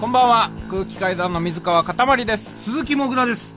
こんばんは空気階段の水川かたまりです鈴木もぐらです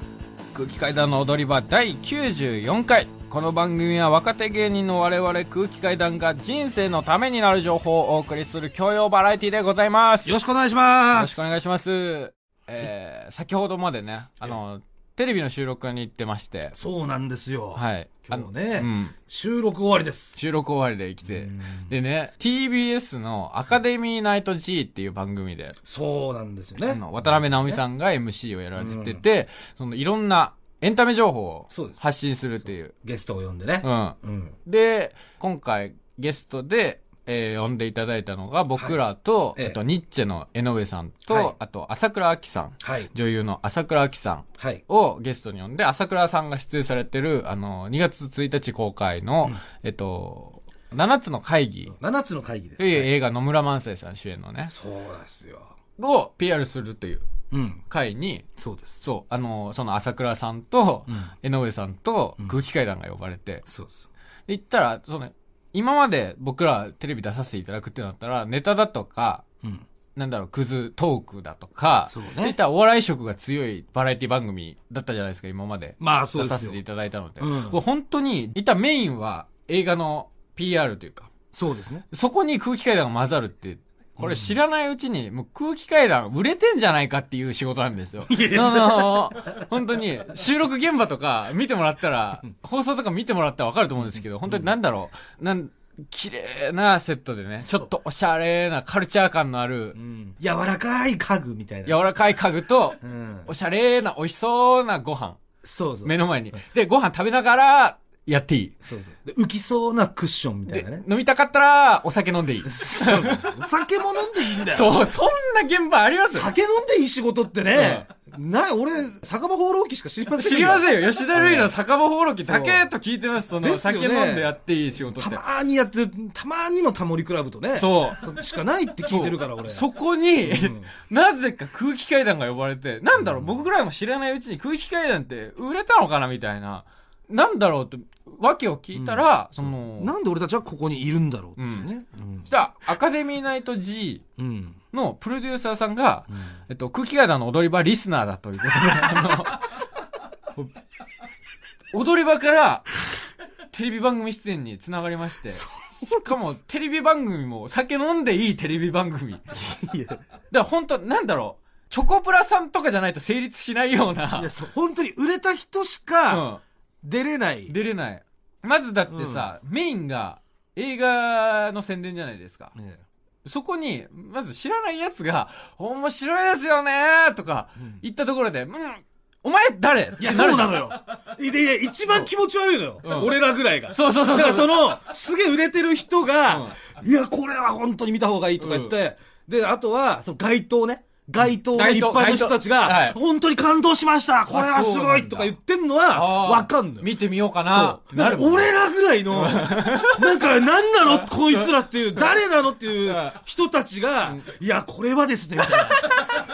空気階段の踊り場第94回この番組は若手芸人の我々空気階段が人生のためになる情報をお送りする教養バラエティでございますよよろしくお願いしまろしすくお願いしますえー、先ほどまでねあのテレビの収録に行ってましてそうなんですよ、はい今日あのね、うん収録終わりです収録終わりで来てうんでね TBS の「アカデミーナイト G」っていう番組でそうなんですよねあの渡辺直美んさんが MC をやられてて、そのいろんなエンタメ情報をそうです発信するっていう。ゲストを呼んでねうん。うん、で、今回ゲストで、えー呼んでいただいたのが僕らと、はいええあとニッチェの江上さんと、はいあと朝倉亜希さん、はい女優の朝倉亜希さんはいをゲストに呼んで、朝倉さんが出演されてる、あの、2月1日公開の、えっと、7つの会議7つの会議ですという映画野村萬斎さん主演のね、そうなんですよを PR するといううん会に、そうですそう、あの、その朝倉さんと、江上さんとうん空気階段が呼ばれて、そうですで、行ったら、その、今まで僕らテレビ出させていただくってなったら、ネタだとか、うんなんだろう、クズトークだとか、そうねいったお笑い色が強いバラエティ番組だったじゃないですか、今まで。まあそう出でさすせよていただいたので。うんこれ本当に、いったメインは映画の PR というか、そうですねそこに空気階段が混ざるって、これ知らないうちに、もう空気階段売れてんじゃないかっていう仕事なんですよ。 あの本当に収録現場とか見てもらったら、放送とか見てもらったらわかると思うんですけど、本当になんだろう、なん、綺麗なセットでね、ちょっとおしゃれなカルチャー感のあるう、ん柔らかい家具みたいな柔らかい家具と、うんおしゃれな美味しそうなご飯、そうそう目の前に。で、ご飯食べながらやっていい。そうそうで浮きそうなクッションみたいなでね、飲みたかったらお酒飲んでいい。そう お酒も飲んでいいんだよそう、そんな現場あります酒飲んでいい仕事ってね、な、俺、酒場放浪記しか知りません知りまん。せんよ。吉田類の酒場放浪記だけと聞いてます。そでの、すよね酒飲んでやっていい仕事ったてま。ーにやってる、たまーにのタモリクラブとね、そう。そっちしかないって聞いてるから、俺。そこに、んなぜか空気階段が呼ばれて、なんだろう、僕ぐらいも知らないうちに空気階段って売れたのかなみたいな。なんだろうって、訳を聞いたら、その、なんで俺たちはここにいるんだろうっていうね。うんそし。たらアカデミーナイト G うん。のプロデューサーさんが、えっと、空気階段の踊り場リスナーだということで、あの、踊り場から、テレビ番組出演につながりまして、しかも、テレビ番組も、酒飲んでいいテレビ番組。だかいや、いら本当なんだろう、チョコプラさんとかじゃないと成立しないようなや、、そう、本当に売れた人しうかん、出れない。出れない。まずだってさ、メインが、映画の宣伝じゃないですか。ねそこに、まず知らない奴が、面白いですよねーとかうん、言ったところで、うん、お前誰いや、そうなのよ。で、いや、一番気持ち悪いのよ。うん俺らぐらいが。そうそうそうそうだからその、すげえ売れてる人が、いや、これは本当に見た方がいいとか言って、で、あとは、その街頭ね。街頭の街一頭般の人たち街頭はいが、本当に感動しましたこれはすそうごなんいだとか言ってんのあは、ーわかんのよ。見てみようかなそっうてなるもんね俺らぐらいの、なんか、何なのこいつらっていう、誰なのっていう人たちが、いや、これはですね、みたい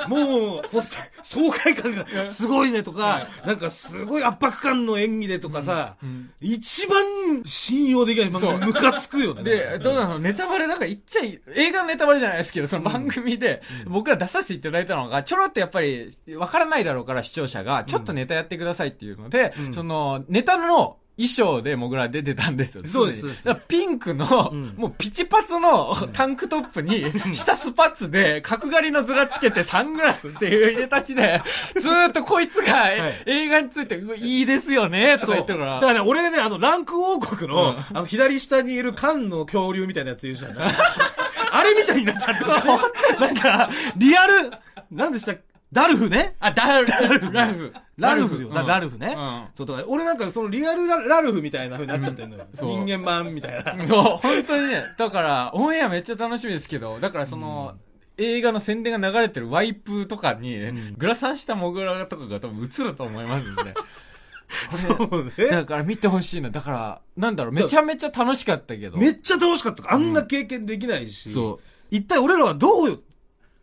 な。もう、ほんと爽快感がすごいねとか、なんかすごい圧迫感の演技でとかさ、一番信用できない、まそうムカつくよね。で、どうなのネタバレなんか言っちゃい、映画のネタバレじゃないですけど、その番組で、僕ら出させていただいたのが、ちょろっとやっぱり、わからないだろうから視聴者が、ちょっとネタやってくださいっていうので、んその、ネタの衣装でもぐら出てたんですよ。そうですそうですだからピンクの、んもうピチパツのタンクトップに、下スパッツで、角刈りのずらつけてサングラスっていう入れたちで、ずーっとこいつがい映画について、うわいいですよね、とそかう言ってるかだらか。らね、俺ね、あの、ランク王国の、あの、左下にいる缶の恐竜みたいなやついる じゃん。あれみたいになっちゃった。なんか、リアル、なんでしたダルフね。あ、ダルフ、ラルフ。ラルフよ。だラルフ。フね。うんそう、だから俺なんかそのリアルララルフみたいな風になっちゃってんのよ。そう人間版み たい な。そう、本当にね。だから、オンエアめっちゃ楽しみですけど、だからその、映画の宣伝が流れてるワイプとかに、グラサンしたモグラとかが多分映ると思いますん で。そうこれね。だから見てほしいな。だから、なんだろう、めちゃめちゃ楽しかったけど。めっちゃ楽しかった。あんな経験できないし。そう。一体俺らはどう映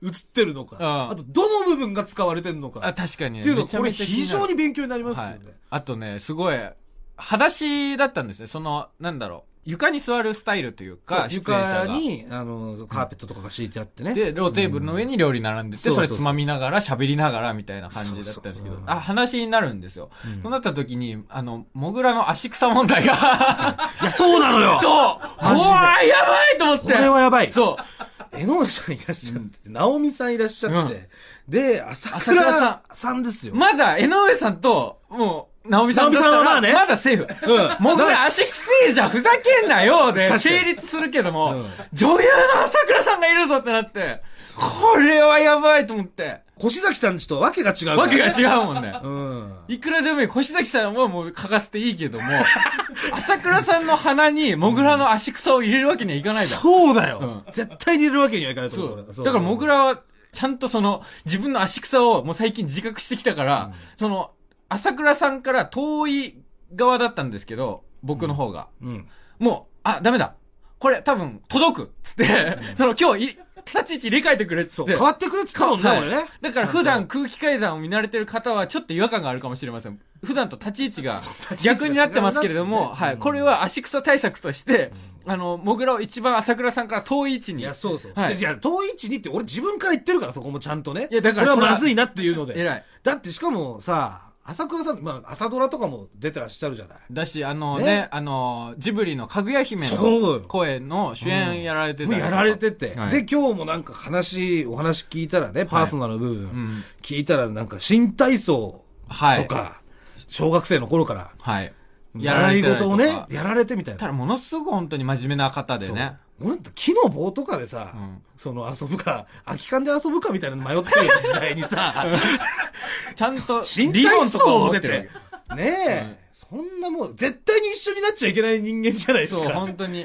ってるのか。あああと、どの部分が使われてるのか。あ、っ確かにね。ていうの、めちゃこめれちゃ非常に勉強になりますよはいね。。あとね、すごい、裸足だったんですね。その、なんだろう。床に座るスタイルというか、出演者が。床に、あの、カーペットとかが敷いてあってね。で、ローテーブルの上に料理並んでて、うんそれつまみながら、喋りながら、みたいな感じだったんですけどそうそう、そうあ、話になるんですよ。うんそうなった時に、あの、モグラの足草問題が、いや、そうなのよ そうマジで怖いやばいと思ってこれはやばい。そう江上さんいらっしゃって、直美さんいらっしゃっうて、で、朝朝倉さ倉さんですよ。まだ、江上さんと、もう、直美さんだった直美さんはまら、あねまだセーフ。うんもうこれ足くせえじゃんふざけんなよで確かに成立するけども、うん女優の朝倉さんがいるぞってなって、これはやばいと思って、越崎さんちとわけが違うからねわけが違うもんね。うん。いくらでもいい。越崎さんはもう書かせていいけ ども、朝倉さんの鼻にモグラの足草を入れるわけにはいかないじゃん。そうだよ、うん絶対に入れるわけにはいかないとそ思うう。だからモグら、ラは、ちゃんとその、自分の足草をもう最近自覚してきたから、その、朝倉さんから遠い側だったんですけど、僕の方が。うん。もう、あ、ダメだ。これ多分届くっつって、その今日い、立ち位置入れ替えてくれっつそっう、て。変わってくれって言ったもんね、はい俺ね。だから普段空気階段を見慣れてる方はちょっと違和感があるかもしれません。普段と立ち位置がち位置 が逆になってますけれど違うなも、ってねはうい。んこれは足草対策として、あの、モグラを一番朝倉さんから遠い位置いに。や、そうそう。はいでじゃあ、遠い位置にって俺自分から言ってるから、そこもちゃんとね。いやだからこれそれははまずいなっていうので。偉い。だってしかもさ、朝倉さん、まあ、朝ドラとかも出てらっしゃるじゃない。だし、あのねね、あの、ジブリのかぐや姫そのう声の主演やられてたもうりとやか。られてて、はいで、今日もなんか話、お話聞いたらね、パーソナルの部分、うん。聞いたらなんか新体操はい。とか、小学生の頃から、はい。やら習れいてたり事とをかね、やられてみたいな。ただ、ものすごく本当に真面目な方でね。そう俺って木の棒とかでさ、うんその遊ぶか、空き缶で遊ぶかみたいなの迷ってる時代 にさ、ちゃんと、新理体論とか操をを持出っててる。ねえ、そんなもう、絶対に一緒になっちゃいけない人間じゃないですそう、か。本 当に。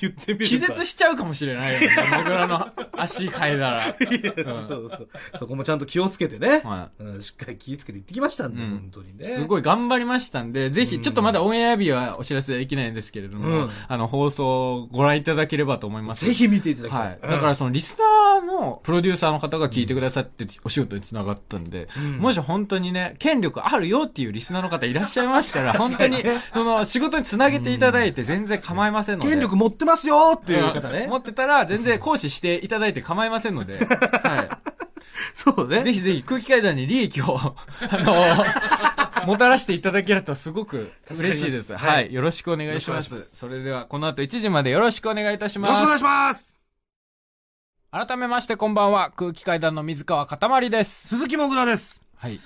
言ってみると気絶しちゃうかもしれないよね。僕らの足変えた ら。いやそうそうそこもちゃんと気をつけてね、はうんしっかり気をつけて行ってきましたんで、うん本当にね。すごい頑張りましたんで、ぜひ、ちょっとまだオンエア日はお知らせできないんですけれども、うんあの、放送をご覧いただければと思います。ぜ。ひ見ていただきた。はいい。だからうん、そのリスナーのプロデューサーの方が聞いてくださってお仕事につながったんで、んもし本当にね、権力あるよっていうリスナーの方いらっしゃいました ら、本当に、その仕事につなげていただいて全然構いませんので。権力持ってますよっていう方んね持。ってたら全然行使していただいて構いませんの で、はい。そうね。ぜひぜひ空気階段に利益 を、あの、もたらしていただけるとすごく嬉しいです。助かりますは。はいよろしくお願いします。よろしくお願いしますそれでは、この後1時までよろしくお願いいたしよろましくお願す。いします。改めまして、こんばんは。空気階段の水川かたまりです。鈴木もぐらです。はい。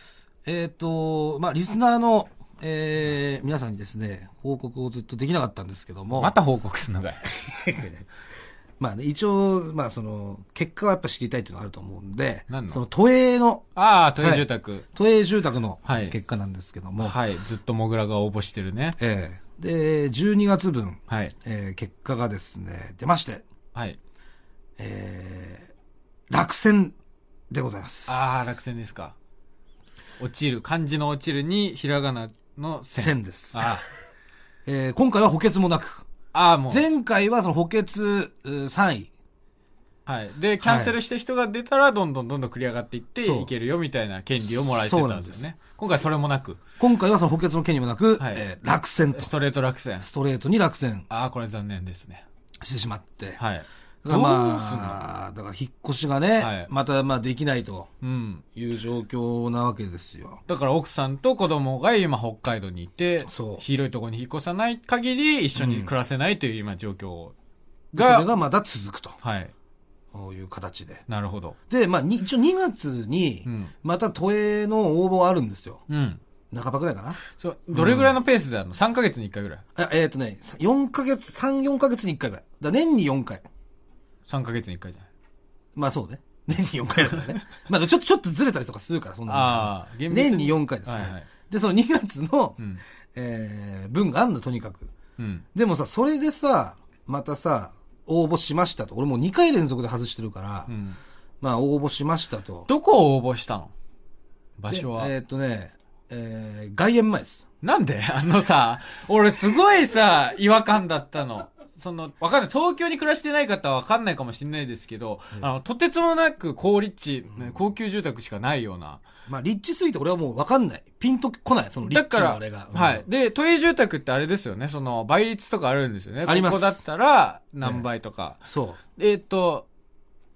えっ、と、まあ、リスナーの、えー、皆さんにですね、報告をずっとできなかったんですけども、また報告するのがい。まあね、一応、まあ、その、結果はやっぱ知りたいっていうのがあると思うんで、何のその、都営の、ああ、都営住宅。都営住宅のはい結果なんですけども、はい。ずっとモグラが応募してるね。えーで、12月分、はい。えー結果がですね、出まして、はい。えー、落選でございます。ああ、落選ですか。落ちる。漢字の落ちるに、ひらがなの線。選です。あえー今回は補欠もなく、あ。ああ、もう。前回はその補欠3位、はい。で、キャンセルした人が出たら、どんどんどんどん繰り上がっていって、そういけるよみたいな権利をもらえてたんでそうすなよんね。今回それもなく、今回はその補欠の権利もなく、はいえー落選とス、トレート落選。ストレートに落選ああ、これ残念ですね。してしまって、はい。だからまどうすんのあ、だから引っ越しがね、はいまたまあできないとうん。いう状況なわけですよ。だから奥さんと子供が今北海道にいてそう、広いところに引っ越さない限り一緒に暮らせないという今状況でそが、れがまだ続くとはい。こういう形で。なるほど。で、まあ、に一応2月にう、ん。また都営の応募あるんですよ。うん。半ばくらいかな。そう、どれぐらいのペースであるの ?3 ヶ月に1回ぐらい。あえっ、とね、4ヶ月、3、4ヶ月に1回ぐらい。だから年に4回。 3ヶ月に1回じゃない。まあそうね。 年に4回だからね。 まあちょっと、ちょっとずれたりとかするから、そんなのああ、厳密年に4回ですね。はいはい。で、その2月の、うん。えー、分があんの、とにかく。うん。でもさ、それでさ、またさ、応募しましたと。俺もう2回連続で外してるから、うん。まあ応募しましたと。どこを応募したの場所は。でえーっ、とね、えー、外苑前です。 なんであのさ、俺すごいさ、違和感だったの。その、わかんない。東京に暮らしてない方はわかんないかもしれないですけど、あの、とてつもなく高立地、ね高級住宅しかないような。まあ、立地すぎて俺はもう分かんない。ピンとこない、その立だ地かのら、あれが。うんはい。。で、都営住宅ってあれですよね。その、倍率とかあるんですよね。ありますここだったら、何倍とか。そう。えーっと、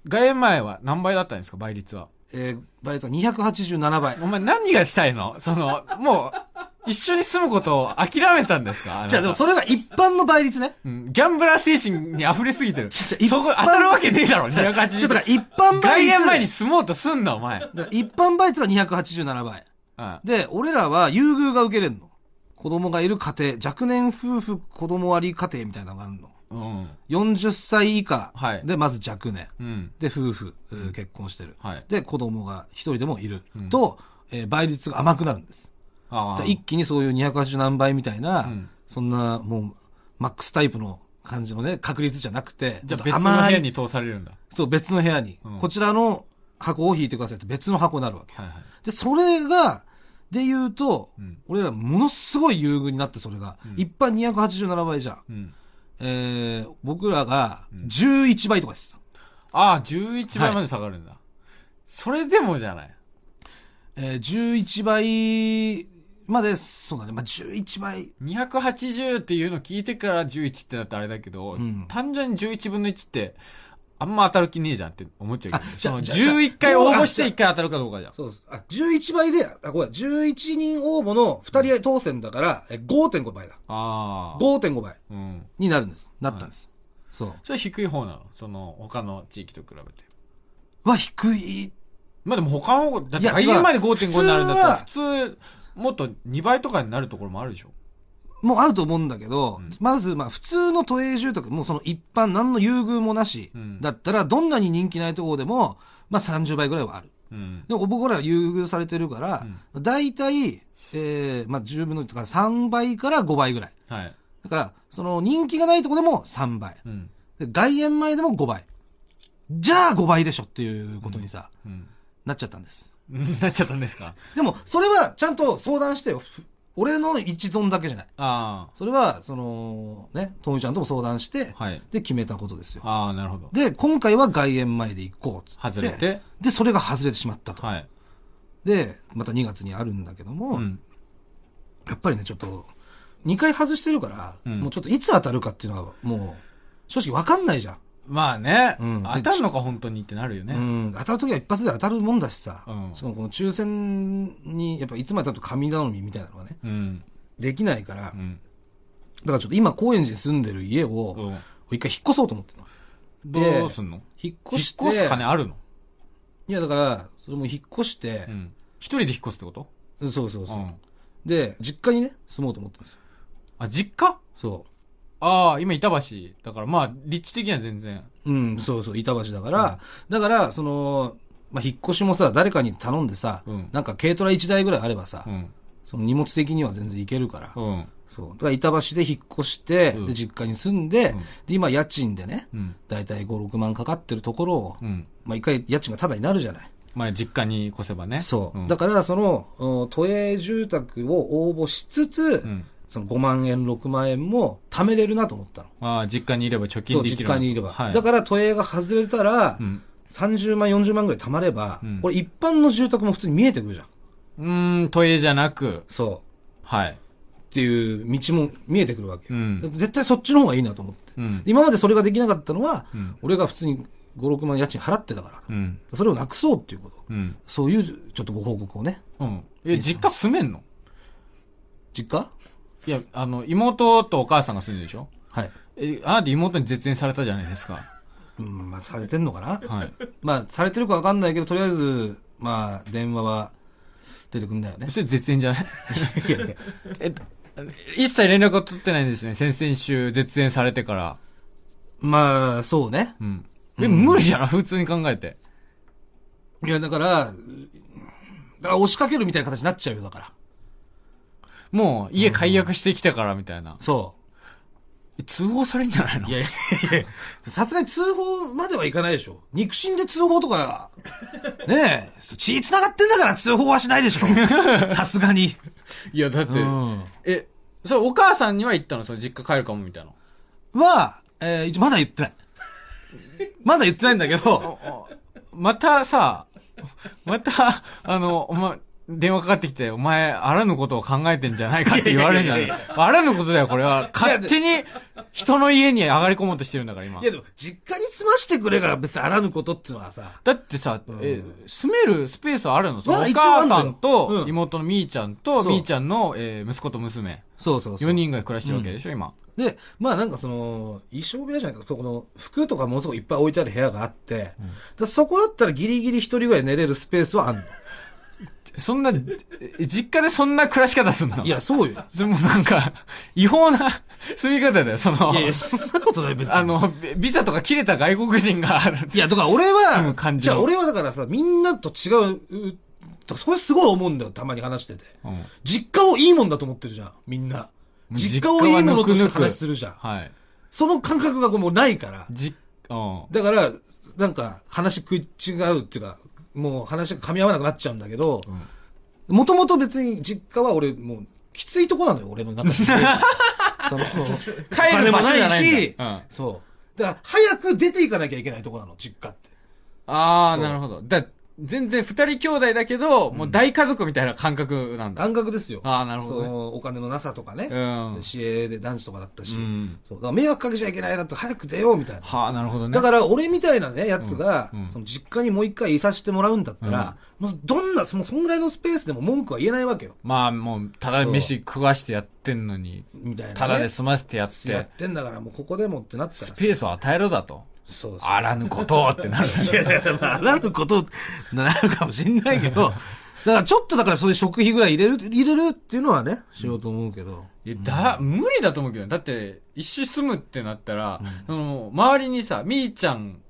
外苑前は何倍だったんですか、倍率は。えー、倍率は287倍。お前何がしたいのその、もう、一緒に住むことを諦めたんですかなたじゃあでもそれが一般の倍率ね。うんギャンブラー精神に溢れすぎてる。ちょそちょこ一当般たるわけねえだろ、ちょっ280。とだから一般倍外率。苑前に住もうとすんな、お前。だから一般倍率が287倍。うん。で、俺らは優遇が受けれるの。子供がいる家庭、若年夫婦子供割り家庭みたいなのがあるの。うん。 40歳以下はいで、まず若年。うん。で、夫婦、えー結婚してる。はい。で、子供が一人でもいる。と、えー倍率が甘くなるんです。あだから一気にそういう280何倍みたいな、んそんなもう、マックスタイプの感じのね、確率じゃなくて、じゃあちょ別っとの甘部い屋に通されるんだ。そう、別の部屋に、うんこちらの箱を引いてくださいって別の箱になるわけ。はいはい。で、それが、で言うと、うん俺らものすごい優遇になって、それが。一般287倍じゃん。うん。えー、僕らが11倍とかです。ああ、11倍まで下がるんだ。それでもじゃない。えー、11倍まで、そうだね。まあ、11倍。 280っていうの聞いてから11ってなってあれだけど、うん単純に11分の1って、あんま当たる気ねえじゃんって思っちゃうけあど、じそゃのじゃじゃ11回応募して1回当たるかどうかじゃん。そうです。あ、11倍で、あ、ごめん、11人応募の2人当選だから、え5.5倍だ。ああ。 5.5倍うん。になるんです。なったんです。そう。それ低い方なのその、他の地域と比べて。は低い。まあでも他の方、だっいてや外苑まで5.5になるんだったら、普普通、もっと2倍とかになるところもあるでしょ。もうあると思うんだけど、うんまず、まあ、普通の都営住宅、もうその一般、何の優遇もなし、うんだったら、どんなに人気ないところでも、まあ、30倍ぐらいはある。うん。でも、僕らは優遇されてるから、大体、えー、まあ、10分の1とか、3倍から5倍ぐらい。はい。だから、その、人気がないところでも3倍。うん。で外苑前でも5倍。じゃあ5倍でしょっていうことにさ、うん。なっちゃったんです。なっちゃったんですかでも、それはちゃんと相談してよ。ふ俺の一存だけじゃない。あそれは、その、ね、トミちゃんとも相談してあ。、はい。で、決めたことですよ。ああ、なるほど。で、今回は外苑前で行こうっつって。外れ。て。で、それが外れてしまったと。はい。で、また2月にあるんだけどうも、ん。やっぱりね、ちょっと、2回外してるから、うんもうちょっといつ当たるかっていうのは、もう、正直わかんないじゃん。まあね、うん当たるのか本当にってなるよね。うん、当たるときは一発で当たるもんだしさ、うんしかもこの抽選に、やっぱいつまでたっても神頼みみたいなのがね、うん。できないから、うだん。からちょっと今、高円寺に住んでる家を、うん一回引っ越そうと思ってるの。どうすんの引っ引越っして、越す金あるのいやだから、それも引っ越してう、ん。一人で引っ越すってことうんそうそううそう、ん。で、実家にね、住もうと思ったんですよ。あ、実家そああ、今板橋。だからまあ、立地的には全然。う。うん、そうそう、板橋だから、だから、その、まあ、引っ越しもさ、誰かに頼んでさ、うんなんか軽トラ1台ぐらいあればさ、うん。その荷物的には全然いけるから、うん。そう。だから板橋で引っ越して、うんで、実家に住んで、うんで、今家賃でね、うん。だいたい5、6万かかってるところを、うん。まあ一回家賃がタダになるじゃない。まあ、実家に越せばね。そう。んだから、その、うん都営住宅を応募しつつ、うん。その5万円、6万円も貯めれるなと思ったの。ああ、実家にいれば貯そ金う、できる。実家にいれば。はい。だから、都営が外れたら、うん。 30万、40万ぐらい貯まれば、うんこれ一般の住宅も普通に見えてくるじゃん。うーん、都営じゃなく、そはい。う。っていう道も見えてくるわけよ。うん絶対そっちの方がいいなと思って。うん。今までそれができなかったのは、うん俺が普通に5、6万家賃払ってたから、うん。それをなくそうっていうこと。うん。そういう、ちょっとご報告をね。うん。え、実家住めんの実家いや、あの、妹とお母さんが住んでるでしょはい。え、あなた妹に絶縁されたじゃないですか。うん、まあ、されてんのかなはい。 。まあ、されてるかわかんないけど、とりあえず、まあ、電話は出てくんだよねそれ絶縁じゃない いやいやえっと、一切連絡を取ってないんですね。先々週絶縁されてから。 まあ、そうね。うん。え、無理じゃない普通に考えて。いや、だから、うんだから押しかけるみたいな形になっちゃうよ、だから。もう、家解約してきたからみたいな。そえ通報されんじゃないのう。いやいやいやさすがに通報まではいかないでしょ。肉親で通報とか、ねえ、血繋がってんだから通報はしないでしょ。 さすがに。いや、だってうん。え、それお母さんには言ったのその実家帰るかもみたいな。は、えー、一応まだ言ってない。まだ言ってないんだけ ど、またさ、また、 あの、お前、電話かかってきて、お前、あらぬことを考えてんじゃないかって言われるんじゃないいやいあらぬことだよ、これは。勝手に、人の家に上がり込もうとしてるんだから、今いや。でも、実家に住ましてくれが別にあらぬことってのはさ、だってさ、え、住めるスペースあるのそのおまあ一応あ母るのさよんうと、ん妹のみーちゃんと、そうみーちゃんの、えー息子と娘。そうそうそう。 4人が暮らしてるわけでしょ、今。で、まあなんかその、衣装部屋じゃないか、そこの服とかものすごいいっぱい置いてある部屋があって、でそこだったらギリギリ一人ぐらい寝れるスペースはあんの。そんな、え実家でそんな暮らし方すんのいや、そうよ。それもうなんか、違法な 住み方だよ、そのい、やいや、そんなことない別に。あ、の、ビビザとか切れた外国人が、いや、だから俺住むは、感じじゃのあ俺はだからさ、みんなと違う、うだからそれすごい思うんだよ、たまに話してて。うん実家をいいもんだと思ってるじゃん、みんな。実家をいいものとして話するじゃん。はい。その感覚がもうないから。じ、うん。だから、なんか、話食い違うっていうか、もう話が噛み合わなくなっちゃうんだけど、もともと別に実家は俺、もう、きついとこなのよ、俺の 中で。その、帰る場所じゃないんだお金もうんそう。だから、早く出ていかなきゃいけないとこなの、実家って。ああ、そうなるほど。だ、全然二人兄弟だけど、もう大家族みたいな感覚なんだ。感覚ですよ。ああ、なるほどそね。の、お金のなさとかね。うん。市営で男子とかだったし、うんそうだから迷惑かけちゃいけないなと早く出ようみたいな。はあ、なるほどね。だから俺みたいなね、やつが、うんうんその実家にもう一回いさせてもらうんだったら、もうどんな、そのそんぐらいのスペースでも文句は言えないわけよ。まあ、もう、ただ飯食わしてやってんのに、みたいな、ね。ただで済ませてやっ、やっててんだからもうここでもってなったスら。ペースを与えろだと。そうそう。あらぬことをってなる。いやいや、まあ、なること、なるかもしんないけど、 だからちょっとだからそういう食費ぐらい入れる、入れるっていうのはね、しようと思うけど。いや、だ、無理だと思うけど、だって、一緒に住むってなったら、その、周りにさ、みーちゃん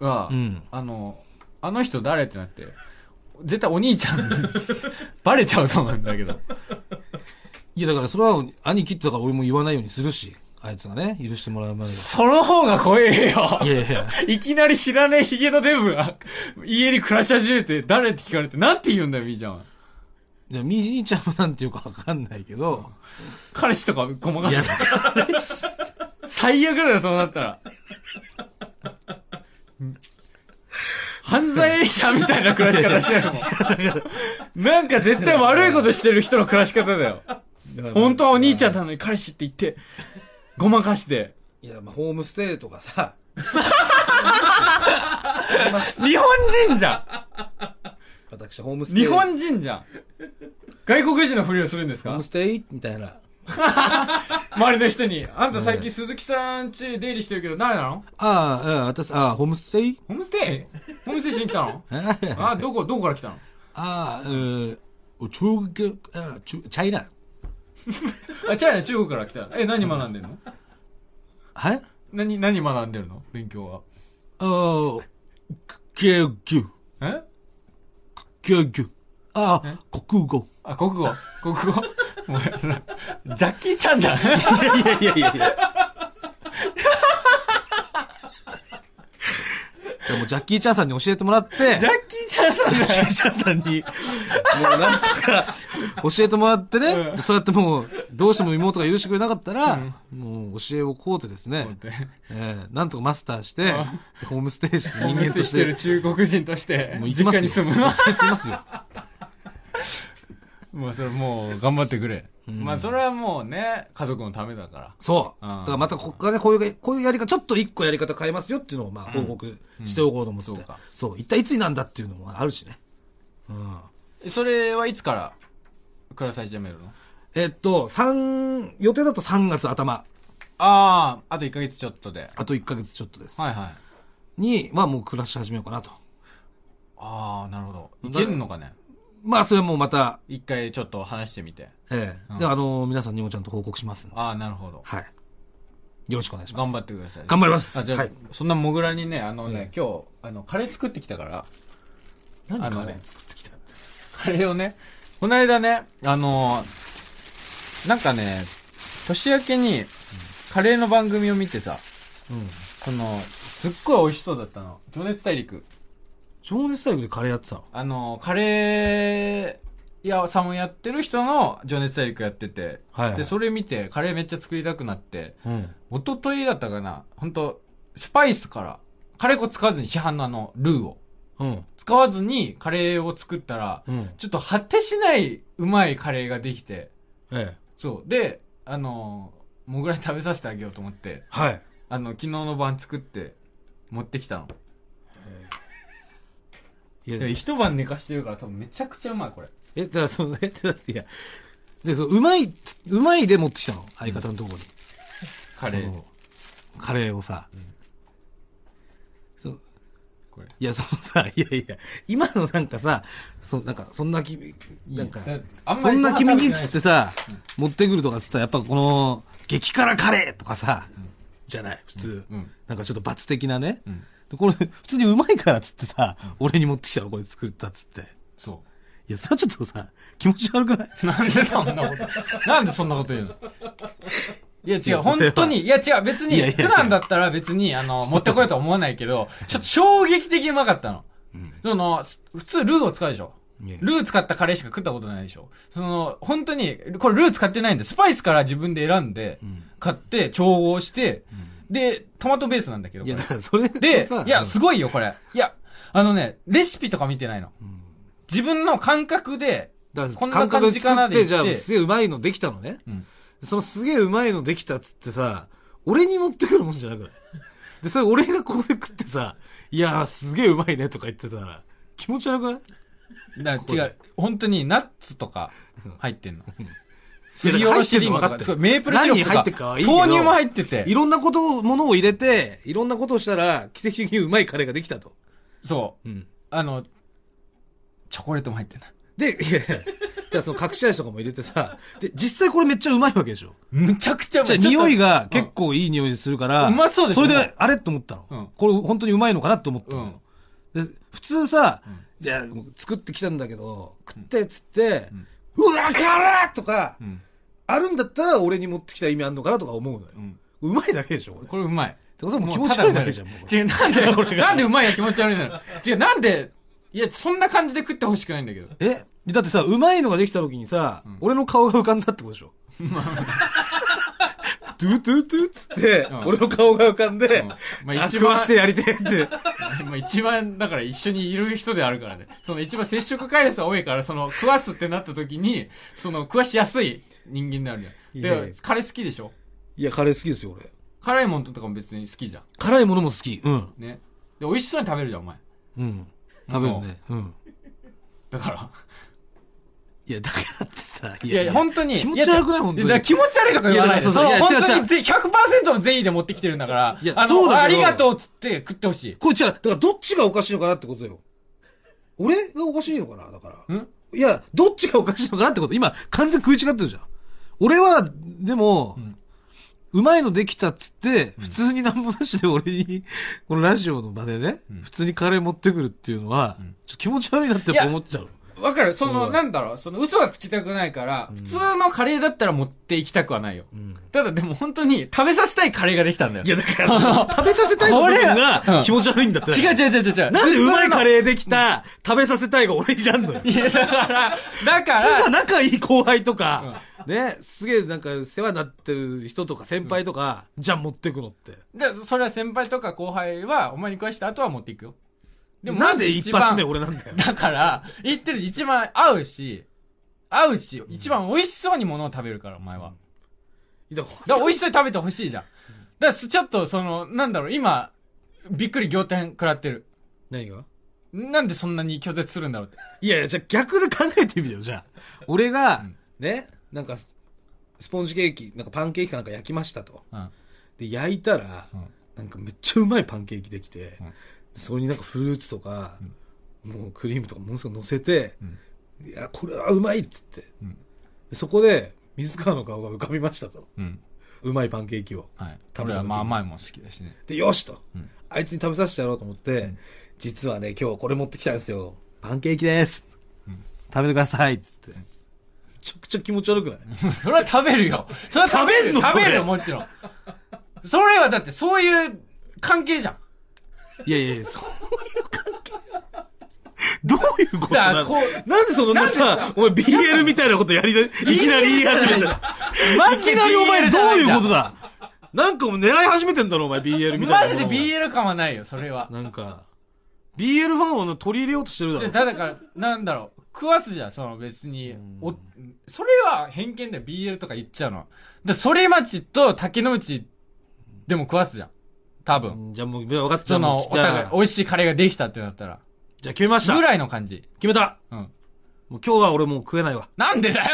が、うんあの、あの人誰ってなって、絶対お兄ちゃん、 バレちゃうと思うんだけど。いや、だからそれは兄貴ってだから俺も言わないようにするし、あいつがね、許してもらう前に。その方が怖えよいやいやいや。いきなり知らねえヒゲのデブが、家に暮らし始めて、誰って聞かれて、なんて言うんだよ、みーちゃんは。いや、みじいちゃんもなんていうかわかんないけど。彼氏とかごまかいや、す。 最悪だよ、そうなったら。犯罪者みたいな暮らし方してるもん。なんか絶対悪いことしてる人の暮らし方だよ。本当はお兄ちゃんなのに彼氏って言って、ごまかして。いや、まあ、ホームステイとかさ。日本人じゃ私、ホームスんテイ。日本人じゃん外国人のふりをするんですホーかムステイみたいな。周りの人に。あんた最近鈴木さん家出入りしてるけど、誰なのああ、ええ私、ああ、ホームステイホームステイホームステイしに来たのああ、あ、どこ、どこから来たのああ、えー、中国、ああ、中チャイナ。あ、違うね、中国から来た。え、何学んでんのはい何、何学んでるの勉強は。ああ、研究、え研究。ああ、国語。あ、国語。国語。 もうそれジャッキーちゃんじゃん。いやいやいやいや。でも、ジャッキー・チャンさんに教えてもらって、ジャッキーちゃんさんだよ。ジャッキー・チャンさんに、もうなんとか教えてもらってね、うんそうやってもう、どうしても妹が許してくれなかったら、もう教えをこうてですね、えーなんとかマスターして、ホームステイして人人間間ととししてて、る中国人として、 もう行き実ます家よ。に住む。行きますよ。 もうそれもう頑張ってくれ。まあそれはもうね、家族のためだから。そう。うんだからまたここからね、こういう、こういうやり方、ちょっと一個やり方変えますよっていうのを、まあ、報告しておこうと思って、うんそうかそう。一体いつになんだっていうのもあるしね。うん。それはいつから暮らし始めるのえっと、三、予定だと3月頭、ああ、あと1ヶ月ちょっとで。あと1ヶ月ちょっとです。はいはい。に、まあもう暮らし始めようかなと。ああ、なるほど。いけるのかねまあ、それはもうまた、一回ちょっと話してみて。ええうんで、あの皆さんにもちゃんと報告しますんで。ああ、なるほど。はい。よろしくお願いします。頑張っってください。頑張りますあじゃあ、はいそんなモグラにね、あのね、うん今日、あの、カレー作ってきたから、て。何あカのレー作ってきたって。カレーをね、この間ね、あのなんかね、年明けに、カレーの番組を見てさ、うん。その、すっごい美味しそうだったの。情熱大陸。情熱大陸でカレーやってたのあのカレーいや、サムやってる人の情熱大陸やってて、はいはいで、それ見て、カレーめっちゃ作りたくなって、うん。一昨日だったかな、本当スパイスから、カレー粉使わずに市販のあの、ルーを。うん。使わずにカレーを作ったら、うん。ちょっと果てしないうまいカレーができて、ええ。そう。で、あのー、もぐらに食べさせてあげようと思って、はい。あの、昨日の晩作って、持ってきたの。いでや、一晩寝かしてるから多分めちゃくちゃうまい、これ。え、だからその、え、だっていや、で、そのうまい、うまいで持ってきたの相方のところに。カレそーの。カレーをさ。そうこれ。いや、そのさ、いやいや、今のなんかさ、そなんか、そんな気、なんか、いいだあそんな君にっ食つべっててさ、持ってくるとかっつったら、やっぱこの、激辛カレーとかさ、じゃない、普通。ないうん。なんかちょっと罰的なね。うん。でこれ、普通にうまいからっつってさ、俺に持ってきたの、これ作ったっつって。そ。いや、それはちょっとさ、気持ち悪くないう なんでそんなこと、なんでそんなこと言うのいやい違う、や本当に、いや違う、別いに、やいやい普や段だったら別に、あの、持ってこようとは思わないけど、ちょっと衝撃的にうまかったの。その、普通ルーを使うでしょねルー使ったカレーしか食ったことないでしょその、本当に、これルー使ってないんで、スパイスから自分で選んで、買って、調合して、で、トマトベースなんだけど。いや、こだからそれれでさ、いや、うんすごいよ、これ。いや、あのね、レシピとか見てないの。自分の感覚で、だからこんな感覚感でじ作かなっで言て、ってじゃあ、すげえうまいのできたのね。うんそのすげえうまいのできたっつってさ、俺に持ってくるもんじゃなくない で、それ俺がここで食ってさ、いやーすげえうまいねとか言ってたら、気持ち悪くないだこかこら違でう、本当にナッツとか入ってんの。 すいやりおろしリンゴと入っか、てんの分かってるすごいメープルシロップ何入ってとっかか、はいいけど豆乳も入っててい、ろんなことを、ものを入れて、いろんなことをしたら、奇跡的にうまいカレーができたと。そう、うん。あの、チョコレートも入ってんだ。で、いやいや、だからその隠し味とかも入れてさ、で、実際これめっちゃうまいわけでしょ。むちゃくちゃうじまゃあい。ちょっと匂いが結構いい匂いするから、うんうまそうでしょそれで、あれと思ったの、うんこれ本当にうまいのかなと思ったの、で普通さ、じゃあ作ってきたんだけど、食ってっつって、うわ、辛っとか、うん。あるんだったら俺に持ってきた意味あんのかなとか思うのよ。うん。うまいだけでしょ、これ。ってこれうまい。ことはもう気もう持ただち悪ういまだいけじゃん、もう。違う、なんで、なんでうまいが気持ち悪いなの違う、なんで、いや、そんな感じで食ってほしくないんだけど。えだってさ、うまいのができた時にさ、俺の顔が浮かんだってことでしょトゥトゥトゥっつって、うん俺の顔が浮かんで、うんままああ、一一番番してやりてえって。まあ一番、だから一緒にいる人であるからね。その一番接触回数が多いから、その食わすってなった時に、その食わしやすい人間になるじいゃやん。いでや、カレー好きでしょいや、カレー好きですよ、俺。辛いもんとかも別に好きじゃん。辛いものも好き。うん。ね。で、美味しそうに食べるじゃん、お前。うん。食べるね。うん。だから。いや、だからってさ、いいやいや、本当に。気持ち悪くないや本当だからに。気持ち悪いとか言わないで。いやだからそうそそうのいや本違う当違にうぜ100%の善意で持ってきてるんだから。いやあそうの、だけどありがとうっつって食ってほしこれじゃあ、だからどっちがおかしいのかなってことよ。俺がおかしいのかなだかい。ら。んいや、どっちがおかしいのかなってこと。今、完全に食い違ってるじゃん。俺は、でも、うまいのできたっつって、普通になんもなしで俺に、このラジオの場でね、普通にカレー持ってくるっていうのは、ちょっと気持ち悪いなってやっぱ思っちゃう。わかるその、うんなんだろう、その嘘はつきたくないから、普通のカレーだったら持っていきたくはないよ。んただでも本当に食べさせたいカレーができたんだよ。いや、だから、食べさせたいの部こ分れはうがん気持ち悪いんだって。違う違う違う違う。なんでうまいカーレーできた、食べさせたいが俺になんのよ。いや、だから、だか普通はら、仲いい後輩とか、ね、すげえなんか世話になってる人とか先輩とか、じゃあ持ってくのって。でそれは先輩とか後輩は、お前に食わした後は持っていくよ。でもなまんずで一発目俺なんだよ。だから、言ってる一番合うし、合うし、一番美味しそうにものを食べるから、お前は。だかだから美味しそうに食べてほしいじゃん。だから、ちょっと、その、なんだろう、今、びっくり仰天食らってる。何がなんでそんなに拒絶するんだろうって。いやいや、じゃあ逆で考えてみてよ、じゃあ。俺が、ね、なんか、ススポンジケーキ、なんかパンケーキかなんか焼きましたと。うん。で、焼いたら、んなんかめっちゃうまいパンケーキできて、んそれになんかフルーツとか、もうクリームとかものすごく乗せて、いや、これはうまいっつって。うんでそこで、水川の顔が浮かびましたと。うん。うまいパンケーキを。はい。食べた時俺はまあ甘いもん好きだしね。 で、よしと、うんあいつに食べさせてやろうと思って、実はね、今日これ持ってきたんですよ。パンケーキです。食べてくださいっつって。めちゃくちゃ気持ち悪くないそれは食べるよ。それはよ食べんの食べるよ、それもちろん。それはだってそういう関係じゃん。いやいやいや、そういう関係じゃん。どういうことだかならのこうなんでそのさ、お前 BL みたいなことやりだ、いきなり言い始めた。マいジできなりお前 BL じどうゃないいうじゃこんとだなんかもう狙い始めてんだろ、お前 BL みたマいなジもでのを。 BL 感はないよ、それは。なんか、BL ファンをの取り入れようとしてるだじゃろ。あだから、なんだろう、食わすじゃん、その別に。おそれは偏見だよ、BL とか言っちゃうのは。で、反町と竹之内でも食わすじゃん。多分。じゃあもう、分かった。じそゃあもの、うお来た互い、美味しいカレーができたってなったら。じゃあ決めました。ぐ決らいの感じ。めた。うん。もう今日は俺もう食えないわ。なん でだよ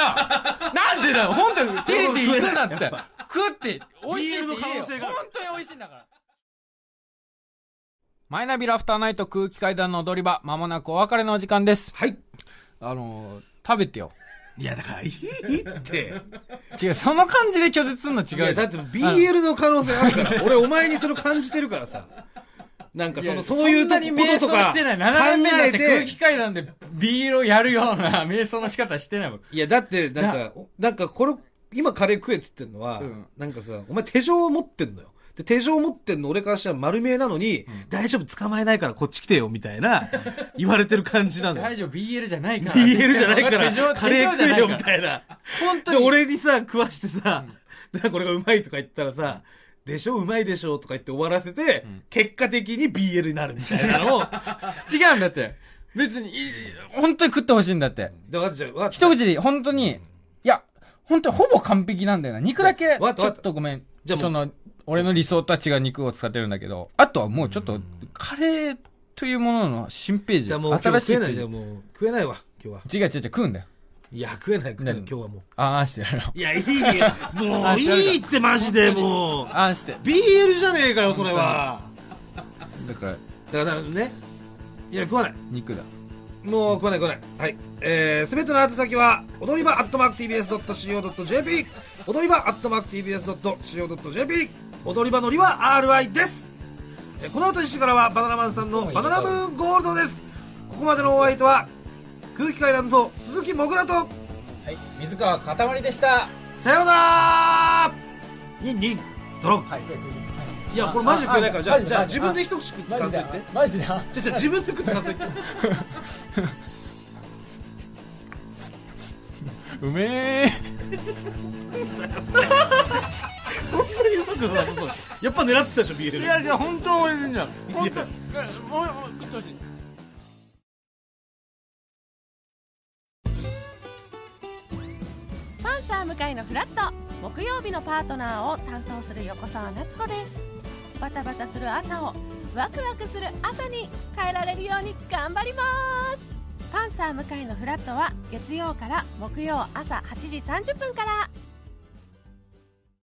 なんでだよ本当に、テレビ行くなって。食って、美味しいって言えよ。ビールの可能性本がある当に美味しいんだから。マイナビラフターナイト空気階段の踊り場、まもなくお別れのお時間です。はい。あのー、食べてよ。いや、だから、いいって。違う、その感じで拒絶すんの違ういやよ。だって BL の可能性あるから、俺お前にそれ感じてるからさ。なんかそいやの、そういうとそんなに瞑こと想とかし考てない。斜め目になえって空て気、階段でビールをやるような 瞑想の仕方してないもん。いや、だって、なんか、おなんかこれ、今カレー食えっつってんのは、うんなんかさ、お前手錠持ってんのよ。で、手錠持ってんの俺からしたら丸見えなのに、大丈夫捕まえないからこっち来てよ、みた いな、言われてる感じなのよ。大丈夫、BL じゃないから。 BL じゃないか ら、手錠カレー食え手錠よ、みじゃなたいな。い本当で、に。俺にさ、食わしてさ、なんかこれがうまいとか言ったらさ、でしょうまいでしょうとか言って終わらせて、結果的に BL になるみたいな のを、違うんだって。別に、いい本当に食ってほしいんだって。で、わかっちゃう。わかっちゃ一う口で、本当に、いや、本当にほぼ完璧なんだよな。肉だけ、ちわかったょっとごめん。じゃあもうその、俺の理想とは違う肉を使ってるんだけど、あとはもうちょっと、カレーというものの新ページ、じゃあもう新今日しい食えペない。じゃーあもう食えないわ、今日は。ジ。違う違う違う、食うんだよ。いや、食えない、食えない、何今日はもう。ああんしてやるの。いや、い いよ。もう、いいって、マジで、も う。 ああんして。 BL じゃねえかよ、それは。だから、だからね。いや、食わない。肉だ。もう食わない食わない。はい。えー、すべての宛先は、踊り場アットマーク TBS.CO.JP。踊り場アットマーク TBS.CO.JP。踊り場のりは RI です。えーこの後1時からは、バナナマンさんのバナナムーンゴールドです。ここまでのお相手は、空気階段と鈴木もぐらと、はい、水川かたまりでした。さようならにんにん、ドロン。はい、いや、これマジで食えないから、じゃああ、あじゃああ自分で一口食って数えて。マジで。マジでじゃあ、じゃあ自分で食って数えて。うめえ。 そんなにうまくなさそうだし やっぱ狙ってたでしょ、BL。いや、じゃ本当美味しいじゃん。本本当当。もう、もう、食ってほしい。パンサー向井のフラット木曜日のパートナーを担当する横澤夏子ですバタバタする朝をワクワクする朝に変えられるように頑張りますパンサー向井のフラットは月曜から木曜朝8時30分から